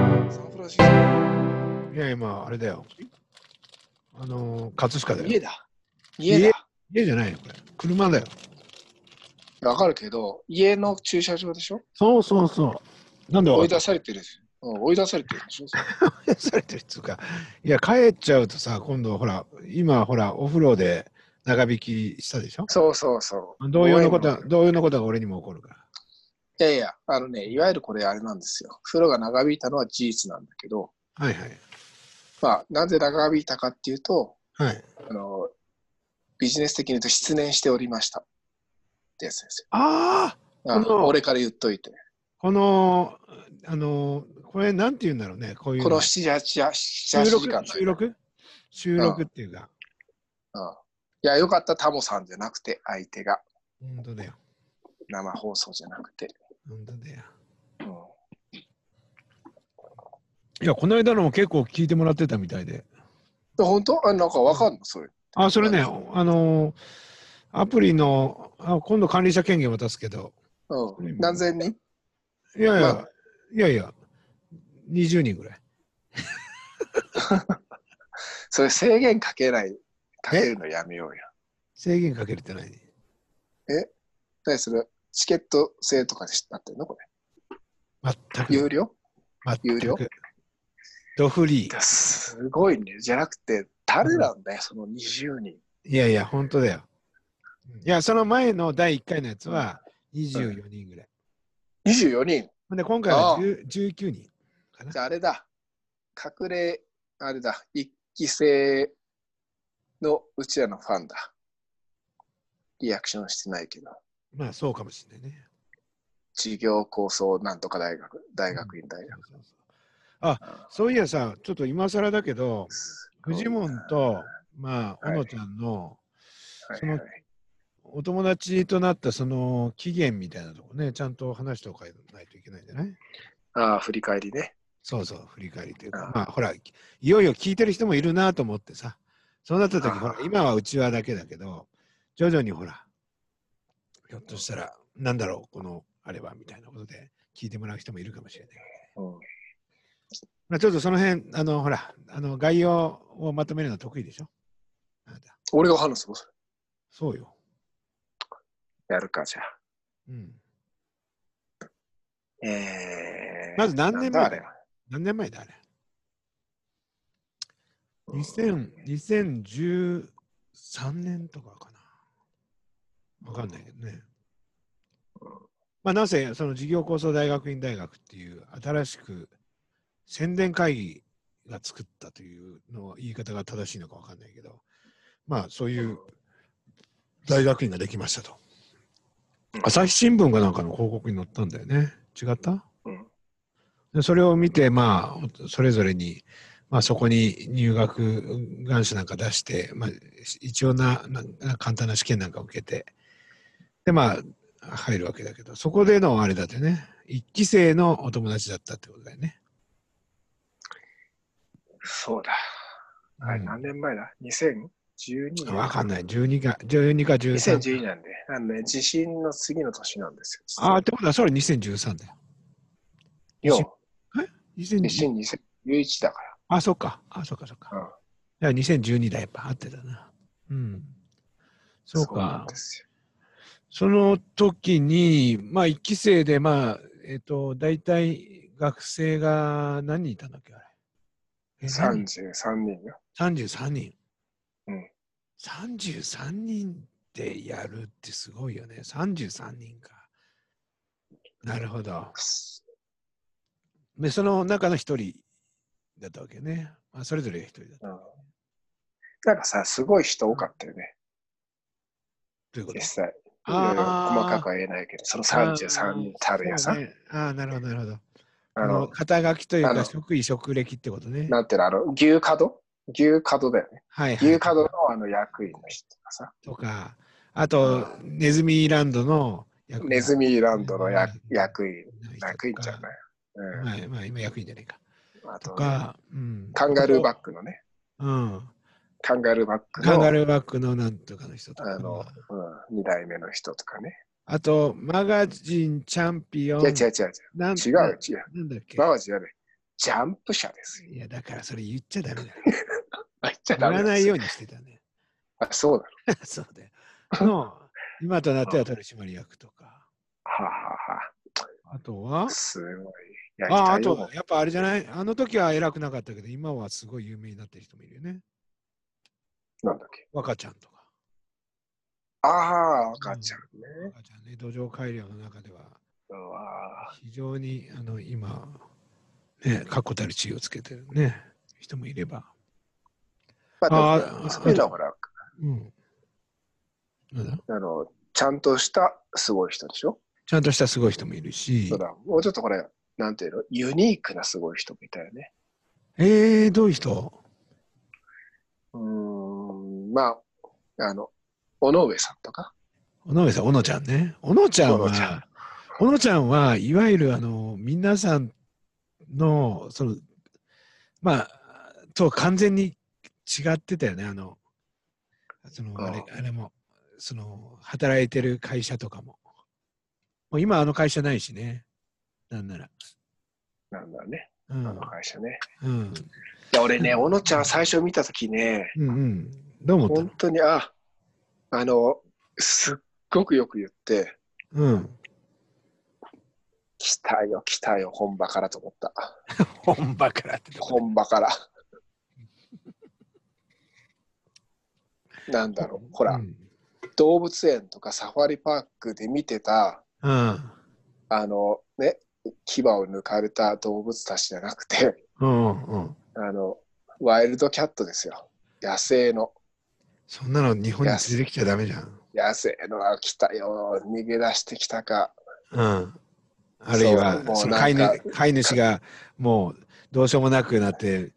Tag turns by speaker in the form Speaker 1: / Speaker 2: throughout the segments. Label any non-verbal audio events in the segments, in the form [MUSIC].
Speaker 1: 話してる
Speaker 2: いやいや、まあ、あれだよ。あのー、葛飾だよ。
Speaker 1: 家だ。家だ。
Speaker 2: 家じゃないよ、これ。車だよ。
Speaker 1: わかるけど、家の駐車場でしょ
Speaker 2: そうそうそう。なんで
Speaker 1: 追
Speaker 2: 追
Speaker 1: い
Speaker 2: い出
Speaker 1: 出されてる。うん追い出されてるでしょそれ
Speaker 2: されてるっつうか。いや、帰っちゃうとさ、今度、ほら、今、ほら、お風呂で長引きしたでしょ
Speaker 1: そうそうそう。
Speaker 2: 同様のこと
Speaker 1: ご
Speaker 2: は、同様のことが俺にも起こるから。
Speaker 1: いやいや、あのね、いわゆるこれあれなんですよ。風呂が長引いたのは事実なんだけど、
Speaker 2: はいはい。
Speaker 1: まあ、なぜ長引いたかっていうと、
Speaker 2: はい。
Speaker 1: あの、ビジネス的に言うと失念しておりました。ってやつです
Speaker 2: ああ
Speaker 1: よ。あ
Speaker 2: なるほど
Speaker 1: の俺から言っといて。
Speaker 2: この、あのー、これ、なんて言うんだろうね、こういう
Speaker 1: この
Speaker 2: の。
Speaker 1: 7、8、7、8
Speaker 2: 収
Speaker 1: 時
Speaker 2: 録
Speaker 1: 間の
Speaker 2: 収録収録っていうか、
Speaker 1: うんいや、よかった、タモさんじゃなくて、相手が。
Speaker 2: 本当だよ。
Speaker 1: 生放送じゃなくて。
Speaker 2: 本当だよ。
Speaker 1: うん
Speaker 2: いや、この間のも結構聞いてもらってたみたいで。
Speaker 1: で本当あなんかわかんのそれ。
Speaker 2: あ、それね、あのーアプリのあ、今度管理者権限渡すけど、
Speaker 1: う
Speaker 2: うん
Speaker 1: ん。何千人
Speaker 2: いやいや、
Speaker 1: まあ
Speaker 2: いやいや、20人ぐらい。
Speaker 1: それ制限かけない、かけるのやめようよ。
Speaker 2: 制限かけれてない。
Speaker 1: 何それ、チケット制とかになってるのこ
Speaker 2: 全く。
Speaker 1: れ。有料
Speaker 2: 全
Speaker 1: 有料
Speaker 2: く。ドフリー。
Speaker 1: すごいね。じゃなくて、誰なんだよ、その20人。
Speaker 2: いやいや、本当だよ。いや、その前の第1回のやつは24人ぐらい。
Speaker 1: 24人。
Speaker 2: で、今回は10 19人かな
Speaker 1: じ。ゃああれだ。隠れ、あれだ。一期生のうちらのファンだ。リアクションしてないけど。
Speaker 2: まあ、そうかもしれないね。
Speaker 1: 事業構想なんとか大学、大学院大学。
Speaker 2: そうそうそうあ、そういやさ、ちょっと今更だけど、フジモンと、まあ、
Speaker 1: はい
Speaker 2: 小野ちゃんの
Speaker 1: はい
Speaker 2: その
Speaker 1: はい
Speaker 2: お友達となったその期限みたいなとこね、ちゃんと話しておかないといけないんじゃない
Speaker 1: ああ、振り返りね。
Speaker 2: そうそう、振り返りというか
Speaker 1: あ、
Speaker 2: まあ、ほら、いよいよ聞いてる人もいるなと思ってさ、そうなった時
Speaker 1: あ
Speaker 2: ほら、今はうちわだけだけど、徐々にほら、ひょっとしたら、なんだろう、この、あれは、みたいなことで聞いてもらう人もいるかもしれない。
Speaker 1: うん
Speaker 2: まあ、ちょっとその辺、あの、ほら、あの、概要をまとめるの得意でしょあなた
Speaker 1: 俺が話すのそ
Speaker 2: そうよ。
Speaker 1: れやるか、じゃあ。
Speaker 2: うん。
Speaker 1: えー、
Speaker 2: まず何年
Speaker 1: な
Speaker 2: 前
Speaker 1: んだあれは
Speaker 2: 何年前だ、あれ。
Speaker 1: うん
Speaker 2: 2000 2013年とかかな。わかんないけどね。まあ、なぜ、その事業構想大学院大学っていう新しく宣伝会議が作ったというのは言い方が正しいのかわかんないけど、まあ、そういう大学院ができましたと
Speaker 1: う。ん
Speaker 2: 朝日新聞かなんかの広告に載ったんだよね。違った
Speaker 1: うん
Speaker 2: でそれを見て、まあ、それぞれに、まあ、そこに入学願書なんか出して、まあ、一応なな簡単な試験なんか受けて、で、まあ、入るわけだけど、そこでのあれだってね、一期生のお友達だったってことだよね。
Speaker 1: そうだ。あれ何年前だ ?2012
Speaker 2: うん
Speaker 1: 年。
Speaker 2: わかんない、12か、12か13
Speaker 1: 2012年で。あのね、地震の次の年なんですよ。
Speaker 2: ああ、ってことは、それ2013だよ。
Speaker 1: よ地
Speaker 2: 2010
Speaker 1: 震2011だから。
Speaker 2: あ、そっか。あ、そっか、そっか。
Speaker 1: うん
Speaker 2: だから2012だ、やっぱ合ってたな。うん。そう
Speaker 1: なん
Speaker 2: か
Speaker 1: で。すよ
Speaker 2: その時に、まあ、1期生で、まあ、えっ、と、大体学生が何人いたんだっけ、あれ。え何人
Speaker 1: 33人よ。
Speaker 2: 33人。
Speaker 1: うん。
Speaker 2: 33人でやるってすごいよね。33人か。なるほど。で、その中の1人だったわけね。まあ、それぞれ1人だった。
Speaker 1: うんなんかさ、すごい人多かったよね、
Speaker 2: ということ
Speaker 1: 実際。い
Speaker 2: あ
Speaker 1: ろ
Speaker 2: ー
Speaker 1: いろ細かくは言えないけど、その33人たるやさ、
Speaker 2: そうねああ、なるほど、なるほど。
Speaker 1: あ
Speaker 2: あの
Speaker 1: の、
Speaker 2: 肩書きという
Speaker 1: あ
Speaker 2: か、
Speaker 1: の
Speaker 2: 職位、職歴ってことね。
Speaker 1: なんていうの、あの、牛角牛角だよね。
Speaker 2: はい、はい。
Speaker 1: 牛角のあの役員の人とかさ、
Speaker 2: とか、あと、ネズミランドの役
Speaker 1: ネズミランドのや
Speaker 2: うん
Speaker 1: 役員、
Speaker 2: ミ
Speaker 1: 役員じゃない。
Speaker 2: まあ、まあ、今役員じゃないか。
Speaker 1: うん、あ
Speaker 2: と
Speaker 1: と、
Speaker 2: か、うん。
Speaker 1: カンガルーバッグのね、
Speaker 2: ッうん。
Speaker 1: カンガルーバッグ
Speaker 2: カンガ
Speaker 1: の
Speaker 2: ルーバックのなんとかの人と
Speaker 1: あの
Speaker 2: か。、
Speaker 1: うん、2代目の人とかね。
Speaker 2: あと、マガジンチャンピオン。
Speaker 1: いや違う違う
Speaker 2: なん
Speaker 1: 違う、違う違う。
Speaker 2: なんだっけ
Speaker 1: マガジンやね。ジャンプ社ですよ。
Speaker 2: いや、だからそれ言っちゃダメだよ。
Speaker 1: あ、言っちゃ
Speaker 2: 言
Speaker 1: ダメ
Speaker 2: わ
Speaker 1: んで
Speaker 2: な
Speaker 1: す
Speaker 2: いようにしてたね。 [LAUGHS]
Speaker 1: あ、そうなの。
Speaker 2: そうだよ。の、今となっては取締役とか。
Speaker 1: はあ、は
Speaker 2: あとは
Speaker 1: あ、、すごい。やり
Speaker 2: あ
Speaker 1: た
Speaker 2: あ
Speaker 1: い
Speaker 2: と
Speaker 1: よ。、
Speaker 2: やっぱあれじゃないあの時は偉くなかったけど、今はすごい有名になってる人もいるよね。
Speaker 1: なんだっけ。
Speaker 2: 若ちゃんとか。
Speaker 1: ああ、赤ちゃんね。
Speaker 2: 若ちゃんね、土壌改良の中では、
Speaker 1: うわ
Speaker 2: 非常にあの今、ね、確固たる地位をつけてるね、人もいれば。
Speaker 1: ま
Speaker 2: あ
Speaker 1: あ、そういうのはほら、
Speaker 2: うん。なんだ
Speaker 1: あの、ちゃんとしたすごい人でしょ。
Speaker 2: ちゃんとしたすごい人もいるし
Speaker 1: そう、だ、もうちょっとこれ、なんていうの、ユニークなすごい人もいたよね。
Speaker 2: えー、どういう人
Speaker 1: うーん、まあ、あの、尾上さんとか。
Speaker 2: 尾上さん、小野ちゃんね。小野ちゃん
Speaker 1: 小野ちゃん
Speaker 2: は、小野ちゃんはいわゆるあの皆さんの、その、まあ、と完全に違ってたよね、あの、その、あれ
Speaker 1: あ
Speaker 2: あれも、その、働いてる会社とかも。もう今、あの会社ないしね、なんなら。
Speaker 1: なんだろうね、
Speaker 2: うん
Speaker 1: あの会社ね。
Speaker 2: うん
Speaker 1: いや、俺ね、小野ちゃん最初見たときね、
Speaker 2: うんうん。どう思った
Speaker 1: 本
Speaker 2: の
Speaker 1: 当に、あ、あの、すっごくよく言って、
Speaker 2: うん。
Speaker 1: 来たよ、来たよ、本場からと思った。
Speaker 2: 本場からってとこ
Speaker 1: 本場から。なんだろう、ほら、
Speaker 2: うん。
Speaker 1: 動物園とかサファリパークで見てた、
Speaker 2: うん
Speaker 1: あの、ね、牙を抜かれた動物たちじゃなくて、 [LAUGHS]
Speaker 2: うんうん。
Speaker 1: あの、ワイルドキャットですよ。野生の。
Speaker 2: そんなの日本に連れてきちゃダメじゃん。
Speaker 1: 野生のが来たよ、逃げ出してきたか。
Speaker 2: うんあるい
Speaker 1: そうも
Speaker 2: は
Speaker 1: う
Speaker 2: その
Speaker 1: な
Speaker 2: 飼い
Speaker 1: んか
Speaker 2: 主飼い主がもうどうしようもなくなって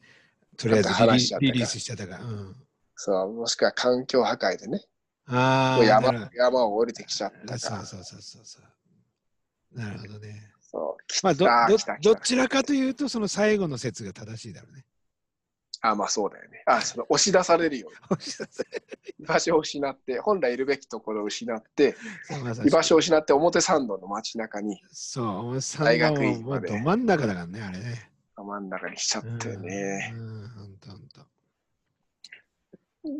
Speaker 2: とりあえず
Speaker 1: なんか
Speaker 2: リリ
Speaker 1: 話しちゃった
Speaker 2: リ
Speaker 1: か
Speaker 2: リースしちゃったから、うん、
Speaker 1: そう、もしくは環境破壊でね、
Speaker 2: あ
Speaker 1: もう
Speaker 2: あ
Speaker 1: 山
Speaker 2: なる
Speaker 1: 山を降りてきちゃっ
Speaker 2: ほど
Speaker 1: た
Speaker 2: そう
Speaker 1: か。
Speaker 2: そうそうそうそうなるほどね
Speaker 1: そう、来
Speaker 2: まあ
Speaker 1: た、
Speaker 2: どど
Speaker 1: 来た、来
Speaker 2: ど
Speaker 1: た。
Speaker 2: ちらかというとその最後の説が正しいだろうね
Speaker 1: あ、まあそうだよね。あ、その押し出されるように。居場所を失って、本来いるべきところを失って、
Speaker 2: まさ
Speaker 1: [LAUGHS] 居
Speaker 2: に
Speaker 1: 場所を失って表参道の街中に、
Speaker 2: そうお前さん
Speaker 1: 大
Speaker 2: は
Speaker 1: 学院
Speaker 2: も
Speaker 1: ま
Speaker 2: う
Speaker 1: で
Speaker 2: ど真ん中だからねあれね
Speaker 1: 真ん中にしちゃっ
Speaker 2: うん
Speaker 1: てね。
Speaker 2: うんほんとほんと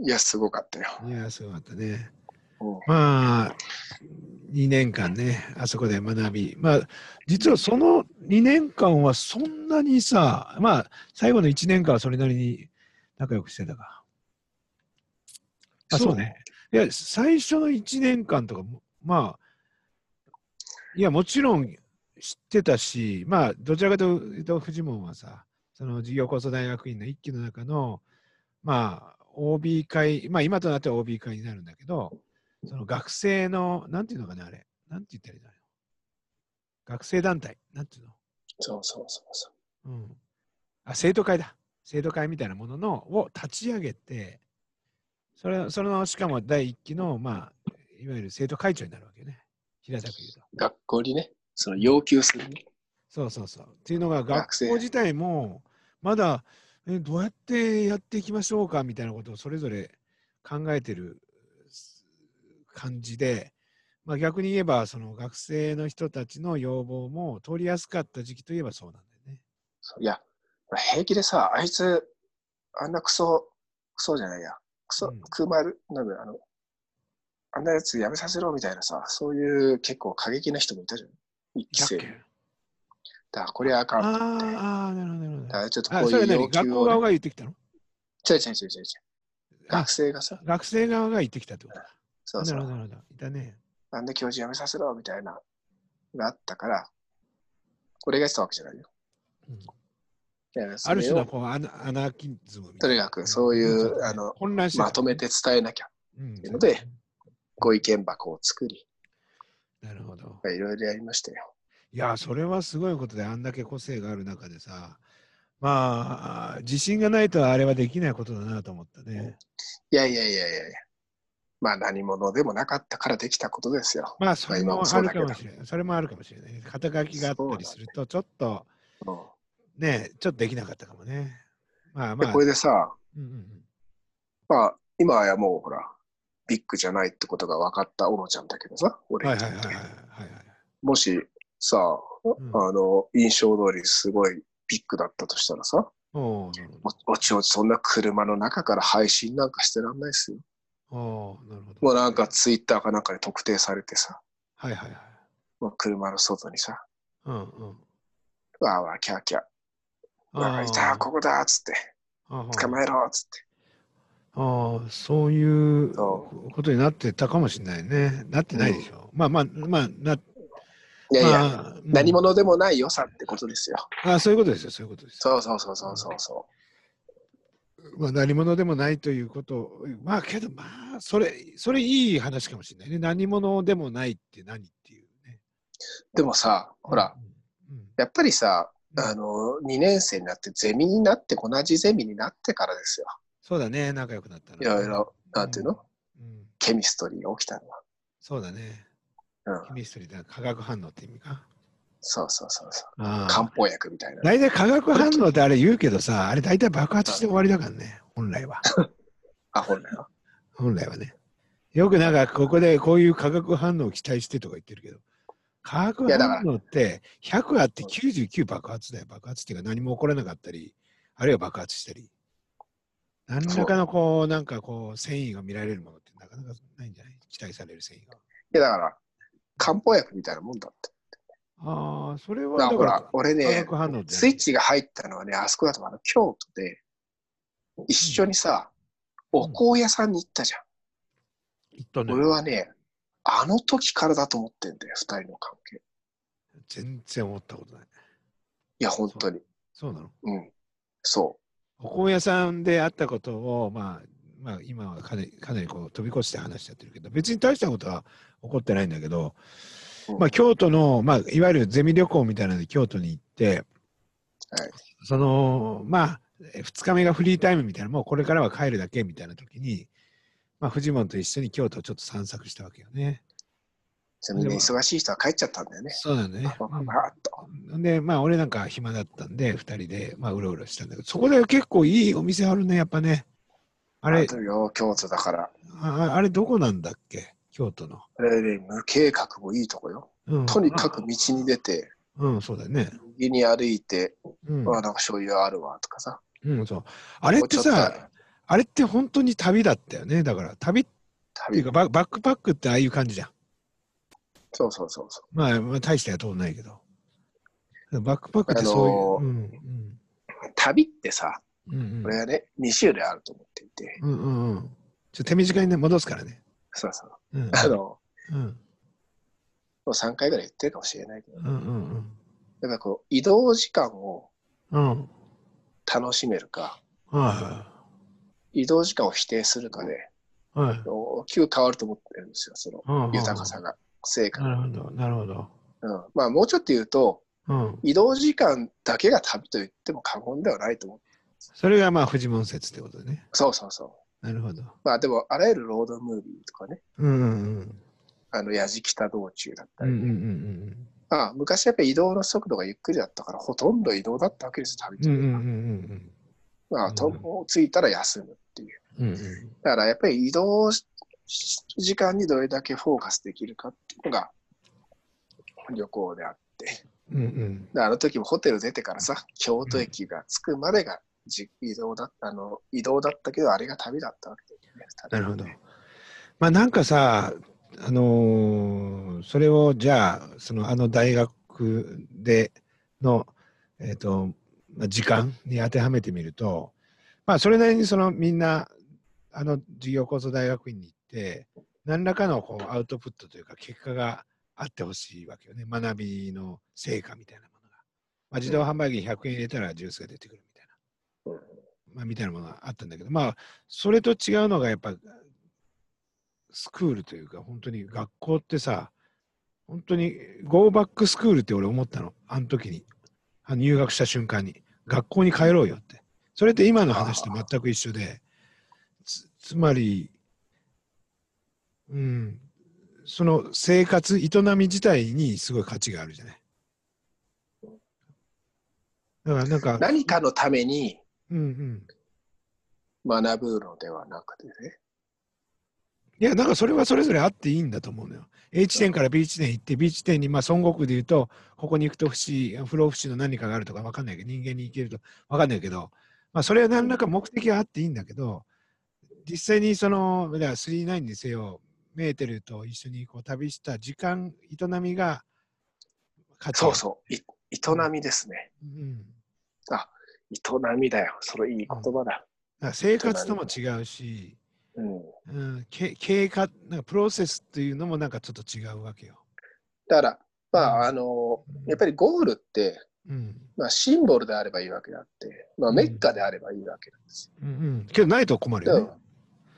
Speaker 1: いや、すごかったよ。
Speaker 2: いやすごかったね
Speaker 1: うん
Speaker 2: まあ、2年間ね、あそこで学び、まあ、実はその2年間はそんなにさ、まあ、最後の1年間はそれなりに仲良くしてたか。あそうね。いや、最初の1年間とかも、まあ、いや、もちろん知ってたし、まあ、どちらかというと、フジモンはさ、その事業構想大学院の一期の中の、まあ、OB 会、まあ、今となっては OB 会になるんだけど、その学生の、なんていうのかな、あれ。なんて言ったらいいの学生団体。なんていうの
Speaker 1: そうそうそうそう。
Speaker 2: うん。あ、生徒会だ。生徒会みたいなもののを立ち上げて、それその、しかも第一期の、まあ、いわゆる生徒会長になるわけね。平たく言うと。
Speaker 1: 学校にね、その要求するね、
Speaker 2: そうそうそう。っていうのが、
Speaker 1: 学生
Speaker 2: 学校自体も、まだ、えどうやってやっていきましょうかみたいなことをそれぞれ考えてるす感じで、まあ、逆に言えば、その学生の人たちの要望も通りやすかった時期といえばそうなんだよね。
Speaker 1: そういや、平気でさ、あいつ、あんなクソ、クソじゃないや、クソ、
Speaker 2: うん
Speaker 1: クマル、なんだよあの、あんなやつやめさせろみたいなさ、そういう結構過激な人もいたじゃん。一期生。だから
Speaker 2: 100件
Speaker 1: これはあか
Speaker 2: あ
Speaker 1: んと思って。だ
Speaker 2: ーあー、なるほど、なるほど。
Speaker 1: からちょっとこ
Speaker 2: あ
Speaker 1: う
Speaker 2: それ
Speaker 1: い
Speaker 2: は
Speaker 1: う
Speaker 2: 何
Speaker 1: 要求
Speaker 2: 学校
Speaker 1: を
Speaker 2: 側
Speaker 1: ね、
Speaker 2: が言ってきたの
Speaker 1: ちゃいちゃいちゃいちゃいちゃい。
Speaker 2: あ
Speaker 1: 学生がさ、
Speaker 2: 学生側が言ってきたってことだ。
Speaker 1: そう
Speaker 2: な
Speaker 1: そ
Speaker 2: るほど、
Speaker 1: う、
Speaker 2: なるほど。いたね。
Speaker 1: あんな教授やめさせろみたいな、があったから、俺がしたわけじゃないよ。
Speaker 2: うん
Speaker 1: いやそ
Speaker 2: ある
Speaker 1: れ
Speaker 2: 種
Speaker 1: を
Speaker 2: のこうアナアナーキズムみ
Speaker 1: と
Speaker 2: たい
Speaker 1: に
Speaker 2: な。
Speaker 1: かくそういう、
Speaker 2: ん
Speaker 1: あの、
Speaker 2: 混乱してた
Speaker 1: まとめて伝えなきゃ。
Speaker 2: うん
Speaker 1: ていうのでご意見箱を作り、
Speaker 2: なるほど。
Speaker 1: いろいろやりましたよ。
Speaker 2: いや、それはすごいことで、あんだけ個性がある中でさ、まあ、自信がないとあれはできないことだなと思ったね。
Speaker 1: いやいやいやいやいや。まあ何者でもなかったからできたことですよ。
Speaker 2: まあ、それ
Speaker 1: まあ今
Speaker 2: も
Speaker 1: も
Speaker 2: あ
Speaker 1: そう
Speaker 2: る
Speaker 1: だけ
Speaker 2: か
Speaker 1: ど
Speaker 2: もしれない。それもあるかもしれないね。肩書きがあったりすると、ちょっと、
Speaker 1: うん
Speaker 2: ね、ちょっとできなかったかもね。まあ
Speaker 1: で
Speaker 2: まあ、
Speaker 1: これでさ、
Speaker 2: うんうんうん
Speaker 1: まあ今はもうほら、ビッグじゃないってことが分かった小野ちゃんだけどさ、俺
Speaker 2: はい
Speaker 1: に
Speaker 2: は
Speaker 1: とっ
Speaker 2: い
Speaker 1: て、
Speaker 2: はいはいはいはい。
Speaker 1: もしさ、
Speaker 2: ん
Speaker 1: あの、印象通りすごいピックだったとしたらさ、
Speaker 2: おーなるほど
Speaker 1: おおちおちそんな車の中から配信なんかしてらんないですよ。
Speaker 2: おーなるほど。
Speaker 1: もうなんかツイッターかなんかで特定されてさ、
Speaker 2: はいはいはい。
Speaker 1: もう車の外にさ、
Speaker 2: うんうん。
Speaker 1: わーわーキャーキャー、わーい
Speaker 2: あ
Speaker 1: た
Speaker 2: ー
Speaker 1: ここだっつって、
Speaker 2: あー
Speaker 1: 捕まえろっつって。
Speaker 2: ああ、そういう
Speaker 1: そ
Speaker 2: ことになってたかもしれないね。なってないでしょ。まあまあ、まあ、な、
Speaker 1: いやいや、
Speaker 2: まあうん
Speaker 1: 何者でもない良さってことですよ。
Speaker 2: ああそういうことですよ、そういうことです。
Speaker 1: そうそうそうそうそうそ
Speaker 2: まあ、何者でもないということ、まあけど、まあ、それ、それいい話かもしれないね。何者でもないって何っていうね。
Speaker 1: う。でもさ、ほら、
Speaker 2: うん。うん
Speaker 1: やっぱりさ、あの、2年生になってゼミになって、同じゼミになってからですよ。
Speaker 2: そうだね、仲良くなったの
Speaker 1: いろいろ、なんていうの、
Speaker 2: うん、うん
Speaker 1: ケミストリーが起きたのは。
Speaker 2: そうだね。
Speaker 1: うん
Speaker 2: ケミストリーだ、化学反応って意味か。
Speaker 1: そうそうそうそう。
Speaker 2: ああ
Speaker 1: 漢方薬みたいな。
Speaker 2: 大体化学反応ってあれ言うけどさ、あれ大体爆発して終わりだからね、本来は。
Speaker 1: あ、本来は。
Speaker 2: 本来はね。よくなんか、ここでこういう化学反応を期待してとか言ってるけど、化学
Speaker 1: いやだから
Speaker 2: 反応って100あって99爆発だよ。爆発っていうか何も起こらなかったり、あるいは爆発したり。何らかのこう、なんかこう、繊維が見られるものってなかなかないんじゃない期待される繊維が。
Speaker 1: いや、だから、漢方薬みたいなもんだって。
Speaker 2: ああ、それは
Speaker 1: だから、ほら、俺
Speaker 2: 化
Speaker 1: ね
Speaker 2: 学、反応って
Speaker 1: スイッチが入ったのはね、あそこだと思うあの京都で、一緒にさ、
Speaker 2: うん
Speaker 1: お香屋さんに行ったじゃん。
Speaker 2: 言ったね
Speaker 1: 俺はね、あの時からだと思ってんだよ、二人の関係。い
Speaker 2: 全然思ったことない。
Speaker 1: や、本当に。
Speaker 2: そうなの
Speaker 1: うん。そ
Speaker 2: お香屋さんであったことを、まあ、まあ、今はかなりかなりこう飛び越して話しちゃってるけど、別に大したことは起こってないんだけど、
Speaker 1: う。うん
Speaker 2: まあ、京都の、まあ、いわゆるゼミ旅行みたいなので京都に行って、その、まあ、2日目がフリータイムみたいな、もうこれからは帰るだけみたいな時に、まあ、フジモンと一緒に京都をちょっと散策したわけよね。
Speaker 1: じゃあみんな忙しい人は帰っちゃったんだよね。
Speaker 2: そうなんだね
Speaker 1: パ。パパパッと。
Speaker 2: で、まあ、俺なんか暇だったんで、2人で、まあ、うろうろしたんだけど、そこで結構いいお店あるね、やっぱね。あ
Speaker 1: あ
Speaker 2: れ
Speaker 1: れ、よ、京都だから。
Speaker 2: ああれどこなんだっけ京都の。
Speaker 1: あれね、無計画もいいとこよ。
Speaker 2: うん、
Speaker 1: とにかく道に出て、
Speaker 2: うん、そうだよね。
Speaker 1: 右に歩いて、
Speaker 2: うん、
Speaker 1: あ、なんか醤油あるわ、とかさ。
Speaker 2: うん、そう。あれって
Speaker 1: もうちょとある
Speaker 2: さ、、あれって本当に旅だったよね。だから、旅ってい
Speaker 1: 旅
Speaker 2: うかバ、バックパックってああいう感じじゃん。
Speaker 1: そうそうそうそう。
Speaker 2: まあ、まあ、大してやったことないけど。バックパックってそういう。うん
Speaker 1: 旅ってさ、
Speaker 2: うんうん
Speaker 1: 俺はね、2種類あると思っていて、
Speaker 2: うんうんうん。ちょっと手短にね、戻すからね。
Speaker 1: そうそう。
Speaker 2: うん、
Speaker 1: あの、も
Speaker 2: うん
Speaker 1: う3回ぐらい言ってるかもしれないけど、
Speaker 2: うんうん
Speaker 1: やっぱこう、移動時間を
Speaker 2: うん。うん。
Speaker 1: 楽しめるか、
Speaker 2: は
Speaker 1: 移動時間を否定するかで、
Speaker 2: いはい。はい
Speaker 1: 大きく変わると思ってるんですよ、その
Speaker 2: うんうん。
Speaker 1: 豊かさが、成果
Speaker 2: なる
Speaker 1: が。
Speaker 2: ほど、なるほど。
Speaker 1: うん、まあ、もうちょっと言うと、
Speaker 2: うん。
Speaker 1: 移動時間だけが旅と言っても過言ではないと思う。
Speaker 2: それがまあ、フジモン説ってことだね。
Speaker 1: そうそうそう。
Speaker 2: なるほど。
Speaker 1: まあでも、あらゆるロードムービーとかね、
Speaker 2: うんうん
Speaker 1: あの、やじきた道中だった
Speaker 2: うん。うんう
Speaker 1: り、
Speaker 2: んうん
Speaker 1: まあ昔やっぱり移動の速度がゆっくりだったから、ほとんど移動だったわけですよ、旅と
Speaker 2: うん。うん
Speaker 1: いううんのは
Speaker 2: う
Speaker 1: まあ、
Speaker 2: ん
Speaker 1: とも着いたら休むっていう。
Speaker 2: うんうん。
Speaker 1: だからやっぱり移動し時間にどれだけフォーカスできるかっていうのが旅行であって、だか
Speaker 2: うんうん。
Speaker 1: らあの時もホテル出てからさ、京都駅が着くまでがじ移動だったあの移動だったけど、あれが旅だったわけだよね。
Speaker 2: なるほど。まあなんかさ、あのーそれをじゃあ、そのあの大学での、えっ、と、まあ時間に当てはめてみると、まあそれなりにそのみんな、あの授業構想大学院に行って、何らかのこうアウトプットというか結果があってほしいわけよね。学びの成果みたいなものが。まあ、自動販売機に100円入れたらジュースが出てくるみた
Speaker 1: う
Speaker 2: いな。
Speaker 1: ん
Speaker 2: まあ、みたいなものがあったんだけど、まあ、それと違うのがやっぱスクールというか本当に学校ってさ本当にゴーバックスクールって俺思ったのあの時にあの入学した瞬間に学校に帰ろうよってそれって今の話と全く一緒でつつまりうんその生活営み自体にすごい価値があるじゃないだからなんか
Speaker 1: 何かのために
Speaker 2: うんうん
Speaker 1: 学ぶのではなくてね、
Speaker 2: いや、なんかそれはそれぞれあっていいんだと思うのよ。A 地点から B 地点行って、B 地点に、まあ、孫悟空で言うと、ここに行くと不思不老不死の何かがあるとか分かんないけど、人間に行けると分かんないけど、まあ、それは何らか目的があっていいんだけど、実際にその、だから39にせよ、メーテルと一緒にこう旅した時間、営みが価値
Speaker 1: そうそう。い営みですね。
Speaker 2: う。うん、
Speaker 1: 営みだよ。それいい言葉だ。
Speaker 2: だから生活とも違うし、
Speaker 1: うん。
Speaker 2: うん、け経過、なんかプロセスっていうのもなんかちょっと違うわけよ。
Speaker 1: だから、まあ、あの、やっぱりゴールって、
Speaker 2: うん、
Speaker 1: まあ、シンボルであればいいわけであって、まあ、メッカであればいいわけなんです
Speaker 2: うんうん、けどないと困る
Speaker 1: よ。だ
Speaker 2: よね
Speaker 1: か。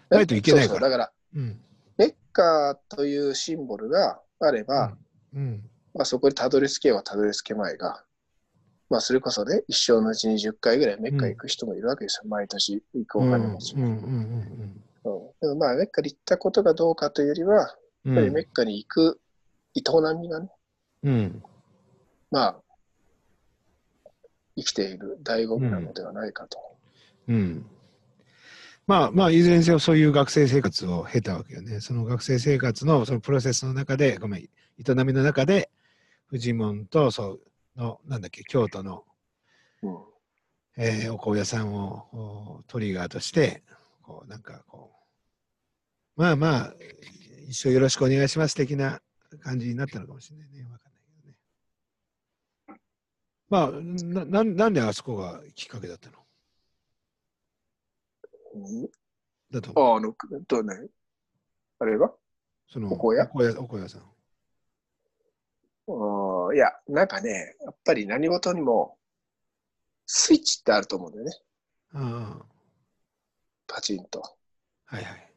Speaker 1: ら
Speaker 2: ないといけないから
Speaker 1: そうそうだから、
Speaker 2: うん
Speaker 1: メッカというシンボルがあれば、
Speaker 2: うん
Speaker 1: まあ、そこにたどり着けばたどり着けまいが、まあ、それこそね、一生のうちに10回ぐらいメッカ行く人もいるわけですよ。毎年行くお金持ち
Speaker 2: うん
Speaker 1: も。
Speaker 2: う
Speaker 1: うん
Speaker 2: うん
Speaker 1: でもまあ、メッカに行ったことがどうかというよりは、
Speaker 2: うんう
Speaker 1: やっぱ
Speaker 2: ん
Speaker 1: りメッカに行く営みがね、
Speaker 2: うん
Speaker 1: まあ、生きている醍醐味なのではないかと。
Speaker 2: うんまあまあいずれにせよそういう学生生活を経たわけよね。その学生生活のそのプロセスの中でごめん営みの中でフジモンとそうのなんだっけ京都の、
Speaker 1: うん
Speaker 2: えーお香屋さんをおトリガーとしてこうなんかこうまあまあ一生よろしくお願いします的な感じになったのかもしれないね。わかんないけどね。まあななんなんであそこがきっかけだったの
Speaker 1: うん
Speaker 2: だと思う
Speaker 1: ああの、えっとね、あれは
Speaker 2: その
Speaker 1: お香屋
Speaker 2: お香屋お香屋さん。
Speaker 1: ああいや、なんかね、やっぱり何事にもスイッチってあると思うんだよね。
Speaker 2: あ
Speaker 1: パチンと。
Speaker 2: あ、はいはい。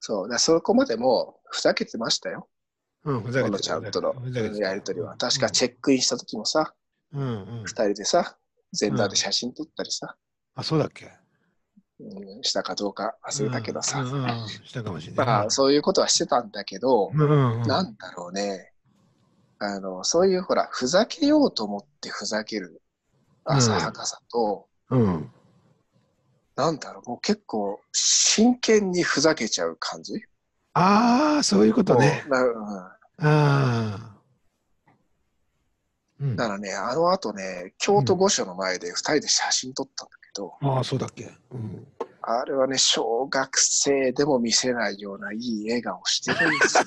Speaker 1: そう、だからそこまでもふざけてましたよ。
Speaker 2: うん、ふざ
Speaker 1: こ
Speaker 2: け
Speaker 1: の
Speaker 2: て
Speaker 1: チャット
Speaker 2: ふざけて
Speaker 1: のやりとりは。確かチェ
Speaker 2: ッ
Speaker 1: ックインした時もさ、
Speaker 2: ク。うんうん
Speaker 1: 二。人でさ、全裸で写真撮ったりさ、
Speaker 2: あ、そうだっけ
Speaker 1: うん、したかどうか忘れたけどさ。
Speaker 2: うんうんうんしたかもしれない。
Speaker 1: まあ、そういうことはしてたんだけど、
Speaker 2: うんうんうん。
Speaker 1: なんだろうね。あの、そういうほら、ふざけようと思ってふざける浅はかさと、
Speaker 2: うん。
Speaker 1: なんだろう、もう結構真剣にふざけちゃう感じ。
Speaker 2: ああ、そういうことね
Speaker 1: も。うなうん
Speaker 2: ああ。うん。
Speaker 1: だ
Speaker 2: あ
Speaker 1: からね、あの後ね、京都御所の前で2人で写真撮ったんだけど、
Speaker 2: あ、そうだっけ。うん。
Speaker 1: あれはね、小学生でも見せないようないい笑顔してるんです
Speaker 2: [LAUGHS]
Speaker 1: よ。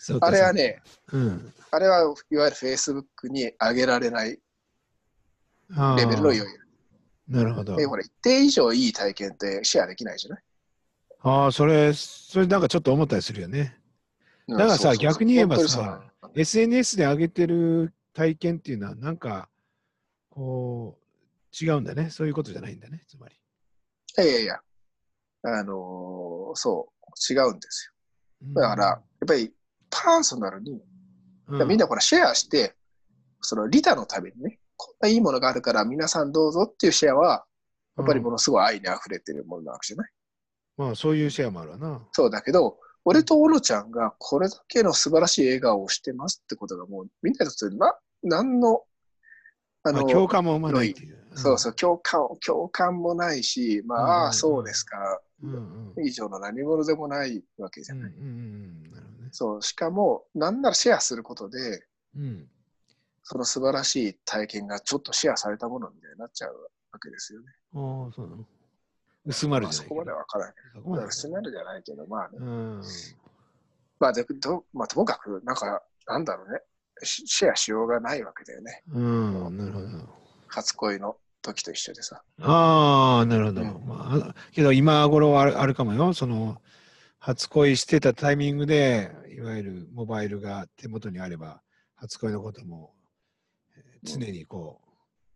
Speaker 2: そうか
Speaker 1: あれは。ね、
Speaker 2: そうかうん。
Speaker 1: あれはいわゆる Facebook に上げられない
Speaker 2: ああ
Speaker 1: レベルの余裕。
Speaker 2: なるほど
Speaker 1: で、。ほら、一定以上いい体験ってシェアできないじゃない
Speaker 2: ああ、それ、それなんかちょっと思ったりするよね。
Speaker 1: だ
Speaker 2: からさ逆に言えばさ SNS で上げてる体験っていうのは、なんか、こう、違うんだね。そういうことじゃないんだね、つまり。
Speaker 1: いやいやいや、あのーそう、違うんです
Speaker 2: うん
Speaker 1: よ。だから、やっ、ぱりパーソナルに、
Speaker 2: う
Speaker 1: みんなほらシェアして、その利他のためにね、こんないいものがあるから皆さんどうぞっていうシェアは、やっぱりものすごい愛に溢れてるものなわけじゃない
Speaker 2: うんまあ、そういうシェアもあるわな。
Speaker 1: そうだけど、俺とオロちゃんがこれだけの素晴らしい笑顔をしてますってことがもう、みんなにとってな、なんの、あ
Speaker 2: ま
Speaker 1: の
Speaker 2: あ、共感も生まないっていう。。
Speaker 1: そうそうう、共感、共感もないし、まあ、
Speaker 2: うんうんうん
Speaker 1: ああ、そうですか、
Speaker 2: うんうん。
Speaker 1: 以上の何者でもないわけじ
Speaker 2: う
Speaker 1: ゃ
Speaker 2: んうんう
Speaker 1: ない。
Speaker 2: んなるほどね。
Speaker 1: そう、しかも、なんならシェアすることで、
Speaker 2: うん。
Speaker 1: その素晴らしい体験がちょっとシェアされたものみたいになっちゃうわけですよね。
Speaker 2: ああ、そうなの。薄まる
Speaker 1: まあ、
Speaker 2: じゃ
Speaker 1: そ
Speaker 2: ないけ
Speaker 1: こ
Speaker 2: ど。
Speaker 1: までは分からない。
Speaker 2: そこまでは
Speaker 1: 薄めるじゃないけど、まあね。
Speaker 2: うん。
Speaker 1: まあ、でどまあ、ともかく、なんか、なんだろうね。シシェアしようがないわけだよね。
Speaker 2: うん、なるほど。
Speaker 1: 初恋の時と一緒でさ。
Speaker 2: ああ、なるほど。
Speaker 1: うん
Speaker 2: まあ、けど今頃はあるあるかもよ。その、初恋してたタイミングで、いわゆるモバイルが手元にあれば、初恋のこともえー常にこう、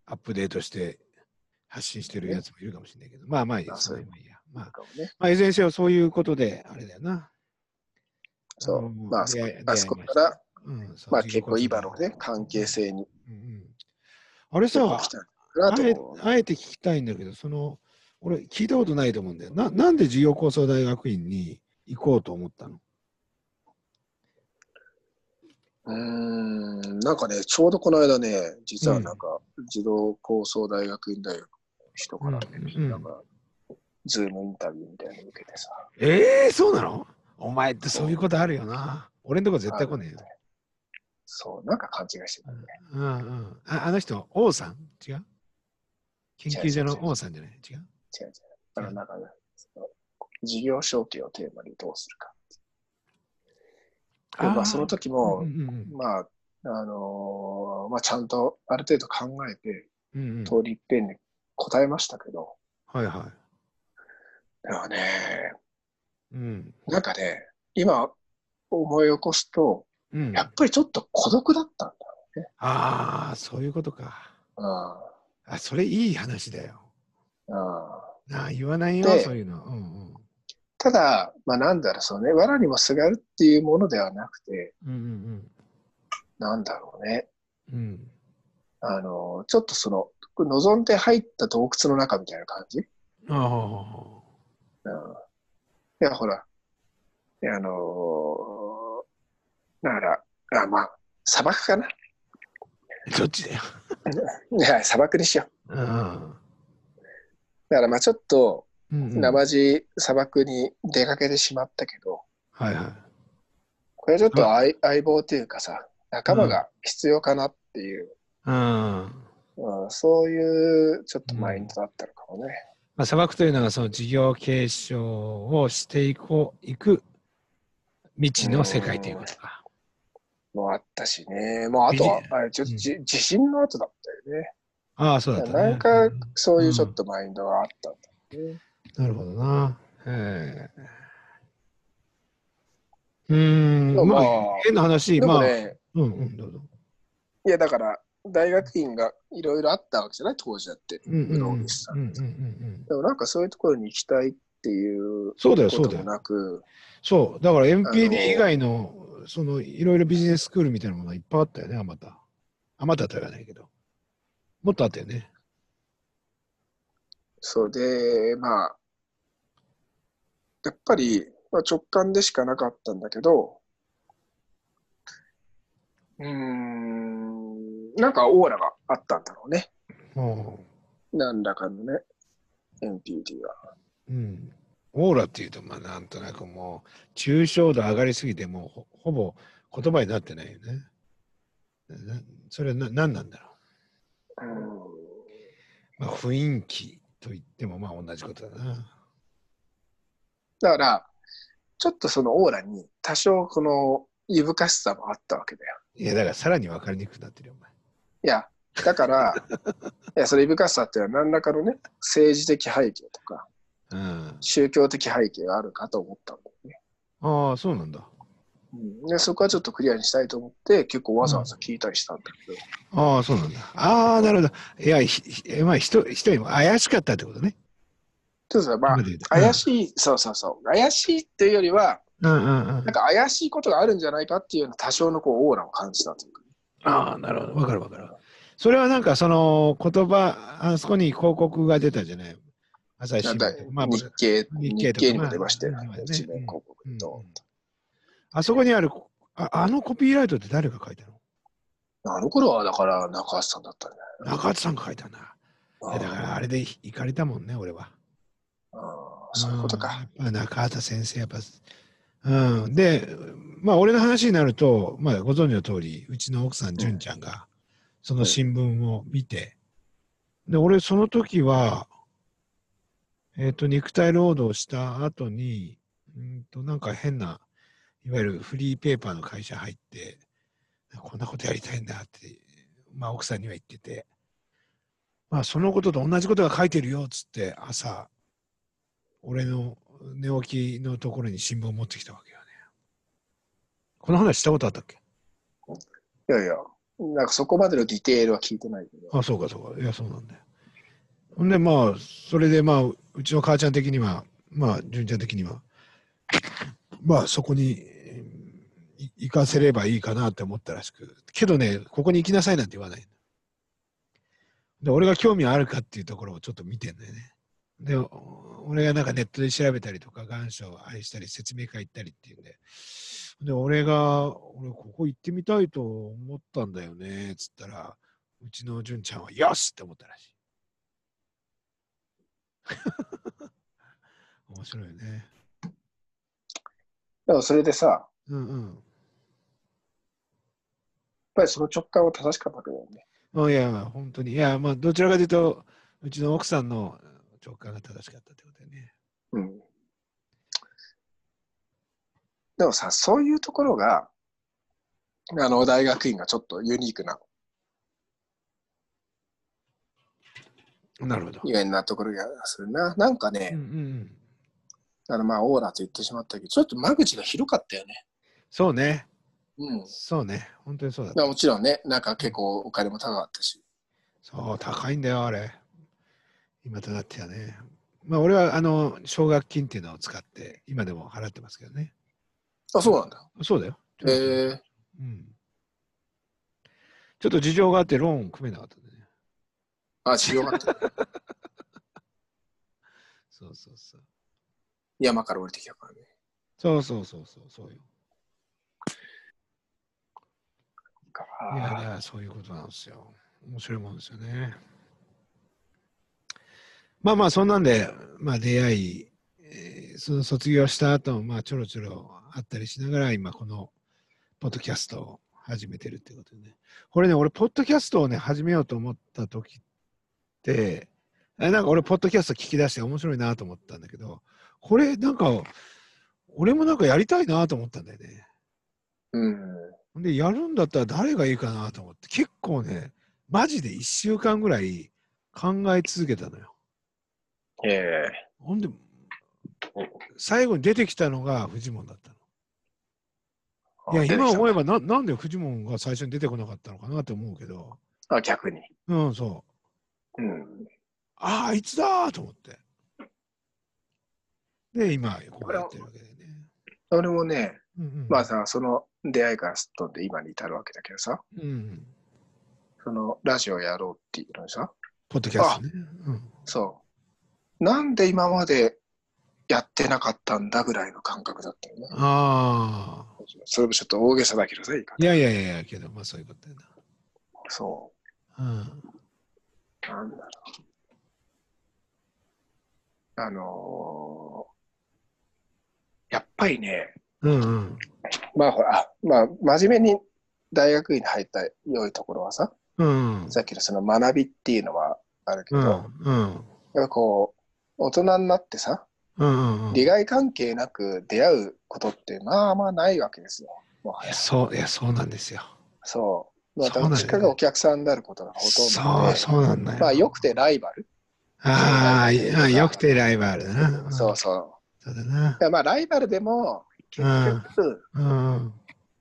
Speaker 2: アップデートして発信してるやつもいるかもしれないけど、まあまあいいや、
Speaker 1: あ
Speaker 2: そ
Speaker 1: そう
Speaker 2: れもいいや。ま
Speaker 1: なん
Speaker 2: あ、
Speaker 1: かもね。
Speaker 2: まあ、いずれにせよそういうことで、あれだよな。
Speaker 1: そ
Speaker 2: の
Speaker 1: う。まあ、そ
Speaker 2: 出会い
Speaker 1: あそこか、
Speaker 2: 出会い
Speaker 1: ら、
Speaker 2: ましたうん
Speaker 1: まあ、結構今のね、関係。
Speaker 2: そう
Speaker 1: 性に
Speaker 2: 自己肯定感うんうんあれ
Speaker 1: 結
Speaker 2: さ
Speaker 1: 構、来たのかなと
Speaker 2: あえ
Speaker 1: 思う。
Speaker 2: あえて聞きたいんだけど、その、俺、聞いたことないと思うんだよ。ななんで事業構想大学院に行こうと思ったの
Speaker 1: うーんなんかね、ちょうどこの間ね、実はなんか、児童構想大学院大学の人からね、
Speaker 2: うん
Speaker 1: なんか、ズームインタビューみたいなの受けてさ。
Speaker 2: ええそうなのお前ってそういうことあるよな。俺んとこ絶対来ねえよ。
Speaker 1: そう、なんか勘違いしてたね。
Speaker 2: うんうん。ああの人、王さん違う研究所の王さんじゃない違
Speaker 1: 違う違
Speaker 2: う
Speaker 1: う。だからなんか、ね、その事業承継をテーマにどうするか。でまあ、その時も、
Speaker 2: うんうん
Speaker 1: まあ、あのーまあ、ちゃんとある程度考えて、
Speaker 2: うん。うんうん
Speaker 1: 通りいっぺんに答えましたけど、
Speaker 2: はいは
Speaker 1: でもね、
Speaker 2: い。うん。
Speaker 1: なんかね、今思い起こすと、
Speaker 2: うん、
Speaker 1: やっぱりちょっと孤独だったんだ
Speaker 2: ああ、そういうことか。
Speaker 1: あ
Speaker 2: あ、それいい話だよ。
Speaker 1: あああ
Speaker 2: なあ、言わないよ
Speaker 1: で、
Speaker 2: そういうの。うん
Speaker 1: ただ、まあ、なんだろう、そうね、藁にもすがるっていうものではなくて、
Speaker 2: うん。うん
Speaker 1: なんだろうね、
Speaker 2: うんうん。うん。
Speaker 1: あのーちょっとその、望んで入った洞窟の中みたいな感じ
Speaker 2: あ
Speaker 1: うんいや、ほら、いやあのーだから、あまあ、砂漠かな。
Speaker 2: あ。どっちだよ。
Speaker 1: いや、砂漠にしよう。
Speaker 2: うん
Speaker 1: だから、まあ、ちょっと、
Speaker 2: うんうん。
Speaker 1: なまじ砂漠に出かけてしまったけど、
Speaker 2: はいはい。
Speaker 1: これはちょっと相,、相棒というかさ、仲間が必要かなっていう、
Speaker 2: うん。ま
Speaker 1: うんそういうちょっとマインドだったのかもね。
Speaker 2: あ、砂漠というのがその事業継承をしていこう、いく道の世界ということか。
Speaker 1: もうあったしね。もうあとは
Speaker 2: ビ、
Speaker 1: あれちょっとじ地震の後だったよね。
Speaker 2: ああ、そうだ
Speaker 1: だ
Speaker 2: っ
Speaker 1: か
Speaker 2: た
Speaker 1: ら
Speaker 2: ね。
Speaker 1: なんか
Speaker 2: うん
Speaker 1: そういうちょっとマインドがあったんだよね。
Speaker 2: なるほどな。ええ。うーん、ま
Speaker 1: まあ
Speaker 2: あ、変な話、
Speaker 1: で
Speaker 2: ま
Speaker 1: も
Speaker 2: あ、
Speaker 1: ね、
Speaker 2: うんうん、どうぞ。
Speaker 1: いや、だから、大学院がいろいろあったわけじゃない、当時だって。
Speaker 2: うんうんうんうんうん
Speaker 1: 室
Speaker 2: うん
Speaker 1: 伏さ
Speaker 2: うん。
Speaker 1: でもなんかそういうところに行きたいっていう
Speaker 2: そうだよ、
Speaker 1: こ
Speaker 2: そ
Speaker 1: と
Speaker 2: うだ
Speaker 1: も
Speaker 2: よ。
Speaker 1: なく、
Speaker 2: そう、だから
Speaker 1: あの
Speaker 2: NPD 以外の、その、いろいろビジネススクールみたいなものがいっぱいあったよね、あまた。あまたとは言わないけど。もっとあったよね。
Speaker 1: そうで、まあ、やっぱり、まあ、直感でしかなかったんだけど、うーん、なんかオーラがあったんだろうね。
Speaker 2: も
Speaker 1: 何らかのね、NPD は。
Speaker 2: う、うん。オーラっていうと、まあ、なんとなくもう、抽象度上がりすぎて、もうほ、ほぼ言葉になってないよね。なそれはな何なんだ
Speaker 1: う
Speaker 2: ろ
Speaker 1: ん
Speaker 2: う。まあ、雰囲気と言っても、まあ、同じことだな。
Speaker 1: だから、ちょっとそのオーラに多少このいぶかしさもあったわけだよ。
Speaker 2: いや、だから、さらに分かりにくくなってるよ、お前。
Speaker 1: いや、だから、 [LAUGHS] いや、それ、いぶかしさっていうのは何らかのね、政治的背景とか、
Speaker 2: うん。
Speaker 1: 宗教的背景があるかと思ったんだよね。
Speaker 2: ああ、そうなんだ。
Speaker 1: うん、でそこはちょっとクリアにしたいと思って、結構わざわざ聞いたりしたんだけど、
Speaker 2: ああ、そうなんだ。ああ、なるほど。いや、ひひまあ、人、人にも怪しかったってことね。
Speaker 1: ちょっとさまあ
Speaker 2: 今で言うと、
Speaker 1: 怪しい、そうそうそう、怪しいっていうよりは、
Speaker 2: うんうんうん
Speaker 1: なん。か怪しいことがあるんじゃないかっていうような多少のこうオーラを感じたというか、
Speaker 2: ああ、なるほど。わかるわかる。それはなんか、その、言葉、あそこに広告が出たじゃない。朝日
Speaker 1: なん
Speaker 2: 新聞
Speaker 1: だ
Speaker 2: とか。まあ、僕
Speaker 1: 日経、
Speaker 2: 日
Speaker 1: 日
Speaker 2: 経とか
Speaker 1: 経にも出ましたよ
Speaker 2: まあまあ、ね
Speaker 1: 一面広告
Speaker 2: うん
Speaker 1: と。
Speaker 2: あそこにある、ああのコピーライトって誰が書いたの
Speaker 1: あの頃はだから中橋さんだったね。
Speaker 2: 中畑さんが書いたんだ。いやだから、あれで怒りたもんね、俺は。
Speaker 1: あーそういうことか。
Speaker 2: うん。やっぱ中畑先生、やっぱ。うん、で、まあ、俺の話になると、まあ、ご存知の通り、うちの奥さん、純ちゃんが、その新聞を見て、で、俺、その時は、えっ、と、肉体労働した後に、うんと、なんか変な、いわゆるフリーペーパーの会社入って、こんなことやりたいんだって、まあ、奥さんには言ってて、まあ、そのことと同じことが書いてるよ、つって、朝、俺の寝起きのところに新聞を持ってきたわけよね。この話したことあったっけ
Speaker 1: いやいや、なんかそこまでのディテールは聞いてないけど。
Speaker 2: あ、そうかそうか。いや、そうなんだよ。ほんで、まあ、それでまあ、うちの母ちゃん的には、まあ、純ちゃん的には、まあ、そこにえーい行かせればいいかなって思ったらしく、けどね、ここに行きなさいなんて言わない。で、俺が興味あるかっていうところをちょっと見てんだよね。で、お俺がなんかネットで調べたりとか、願書を愛したり、説明会行ったりっていうんで、で、俺が、俺、ここ行ってみたいと思ったんだよね、つったら、うちの [LAUGHS] 純ちゃんは、よしって思ったらしい。面白いよね。
Speaker 1: でもそれでさ、やっ
Speaker 2: うんうん。
Speaker 1: ぱりその直感は正しかったわけだよね。
Speaker 2: うんいや、本当に。いや、まあ、どちらかというと、うちの奥さんの直感が正しかったってことだよね。
Speaker 1: うん。でもさ、そういうところが、あの、大学院がちょっとユニークな、
Speaker 2: なるほど。
Speaker 1: ゆえんなところがするな。なんかね、
Speaker 2: うんうんうん。
Speaker 1: あの、まあ、オーラと言ってしまったけど、ちょっと間口が広かったよね。
Speaker 2: そうね。
Speaker 1: うん。
Speaker 2: そうね。本当にそうだった
Speaker 1: まあ、もちろんね、なんか結構お金も高かったし。
Speaker 2: そう、高いんだよ、あれ。今となってはね。まあ、俺は、あの、奨学金っていうのを使って、今でも払ってますけどね。
Speaker 1: あ、そうなんだ。
Speaker 2: そうだよ。
Speaker 1: へえ
Speaker 2: うん。ちょっと事情があって、ローン組めなかったんだね。
Speaker 1: あ、需要があ
Speaker 2: [LAUGHS]
Speaker 1: った。
Speaker 2: そうそうそう。
Speaker 1: 山から降りてきたからね。
Speaker 2: そうそうそうそう、そうよ。いやいや、そういうことなんですよ。面白いもんですよね。まあまあ、そんなんで、まあ、出会い、えーその卒業した後、まあ、ちょろちょろあったりしながら、今、この、ポッドキャストを始めてるってことでね。これね、俺、ポッドキャストをね、始めようと思った時って、あなんか俺、ポッドキャスト聞き出して面白いなと思ったんだけど、これ、なんか、俺もなんかやりたいなと思ったんだよね。
Speaker 1: うん。
Speaker 2: で、やるんだったら誰がいいかなと思って、結構ね、マジで1週間ぐらい考え続けたのよ。
Speaker 1: へえ
Speaker 2: ほんで、最後に出てきたのがフジモンだったの。いや、今思え
Speaker 1: え
Speaker 2: ばな、なんでフジモンが最初に出てこなかったのかなって思うけど、
Speaker 1: ば。あ、逆に。
Speaker 2: うん、そう。
Speaker 1: うん。
Speaker 2: ああ、あいつだーと思って。で、今、こうやってるわけでね。
Speaker 1: 俺もね、
Speaker 2: うんうん、
Speaker 1: まあさ、その出会いからすっ飛んで今に至るわけだけどさ、
Speaker 2: うんうん。
Speaker 1: そのラジオやろうっていうのにさ、
Speaker 2: ポッドキャストね。うん、
Speaker 1: そう。なんで今までやってなかったんだぐらいの感覚だったよね。
Speaker 2: ああ。
Speaker 1: それもちょっと大げさだけどさ、いいか
Speaker 2: いやいやいやいや、けど、まあそういうことだよ
Speaker 1: そ
Speaker 2: な。うん。
Speaker 1: う。なんだろう。あのーやっぱりね、
Speaker 2: うんうん。
Speaker 1: まあほら、あまあ、真面目に大学院に入った良いところはさ、
Speaker 2: うん。
Speaker 1: さっきのその学びっていうのはあるけ
Speaker 2: う
Speaker 1: ど、
Speaker 2: ん
Speaker 1: やっ
Speaker 2: うん
Speaker 1: ぱこう、大人になってさ、
Speaker 2: うんうん
Speaker 1: 利害関係なく出会うことってまあまあないわけですよ。もはいや
Speaker 2: やそういやそうなんですよ。
Speaker 1: そう。まあ、
Speaker 2: そうなん
Speaker 1: どっ
Speaker 2: だよ
Speaker 1: ちかがお客さんになることがほとんど
Speaker 2: そ
Speaker 1: で、
Speaker 2: うそうなんだよ。
Speaker 1: まあ、よくてライバル。
Speaker 2: ああいやよくてライバルだな。
Speaker 1: そうそ
Speaker 2: そうだな
Speaker 1: う。。でまあ、ライバルでも、結局、
Speaker 2: うん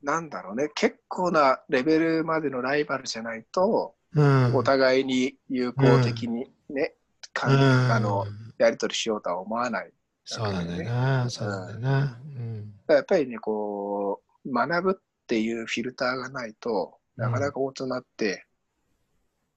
Speaker 1: なんだろうね、結構なレベルまでのライバルじゃないと、
Speaker 2: うん。
Speaker 1: お互いに友好的にね、かん
Speaker 2: うん
Speaker 1: あの、やり取りしようとは思わない。
Speaker 2: そうなんだよな。そうなんだよな。うん。
Speaker 1: やっぱりね、こう、学ぶっていうフィルターがないと、なかなか大人って、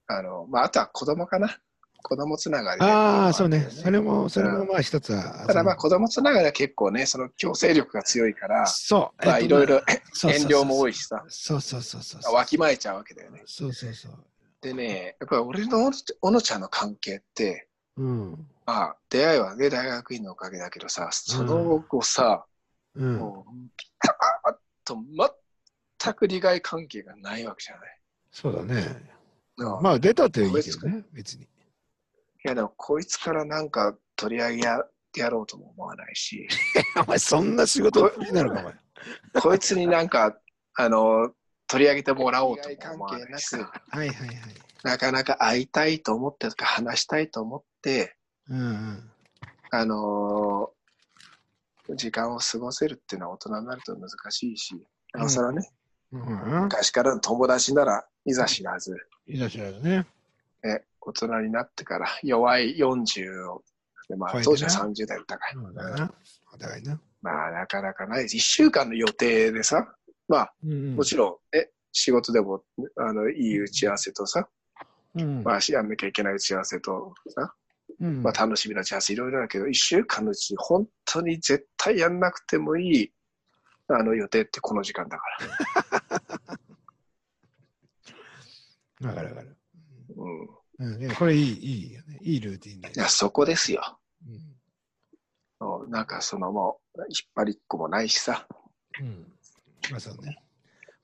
Speaker 1: あの、まあ、あとは子供かな。子供つながりで
Speaker 2: ああそうね。それ
Speaker 1: も。
Speaker 2: もそれもまあ一つは。
Speaker 1: ただまあ子供つながりは結構ね、その強制力が強いから、
Speaker 2: そう。
Speaker 1: まあいろいろ
Speaker 2: 遠
Speaker 1: [LAUGHS] 遠慮も多いしさ、
Speaker 2: そうそうそうそう。
Speaker 1: わきまえちゃうわけだよね。
Speaker 2: そうそうそう。
Speaker 1: でね、やっぱり俺のおのちゃんの関係って、
Speaker 2: うん。
Speaker 1: まあ出会いはね、大学院のおかげだけどさ、その後さ、
Speaker 2: うん。
Speaker 1: もうピターッと全く利害関係がないわけじゃない。
Speaker 2: そうだね。
Speaker 1: うん
Speaker 2: まあ出たっていいけどね。別に。
Speaker 1: いやでもこいつからなんか取り上げややろうとも思わないし、 [LAUGHS]
Speaker 2: [LAUGHS] お前そんな仕事になるかお前。
Speaker 1: こいつになんか、あの、取り上げてもらおうとも思わないし、
Speaker 2: はいはいはい。
Speaker 1: なかなか会いたいと思ってとか話したいと思って、
Speaker 2: うんうん。
Speaker 1: あの時間を過ごせるっていうのは大人になると難しいし、なおさらね、
Speaker 2: うん、
Speaker 1: 昔からの友達ならいざ知らず、
Speaker 2: いらっしゃるね。
Speaker 1: ね、大人になってから弱い40を、でま
Speaker 2: 超
Speaker 1: あ、
Speaker 2: えてな
Speaker 1: 当時は30代だか
Speaker 2: そう
Speaker 1: ら、
Speaker 2: だな。お互いな。
Speaker 1: まあなかなかない。1週間の予定でさ、まあもちろん、ね、仕事でもあのいい打ち合わせとさ、
Speaker 2: ろん。うん。
Speaker 1: まあ、やんなきゃいけない打ち合わせとさ、
Speaker 2: うん
Speaker 1: まあ、楽しみな打ち合わせいろいろだけど、1週間のうち本当に絶対やんなくてもいいあの予定ってこの時間だから。
Speaker 2: わかるわかる。
Speaker 1: うん、い
Speaker 2: うん、でもこれいい、いいよね。いいルーティンだよね
Speaker 1: やそこですよ。
Speaker 2: うん
Speaker 1: うんなんかそのもう、引っ張りっこもないしさ。
Speaker 2: うん。まあそうね。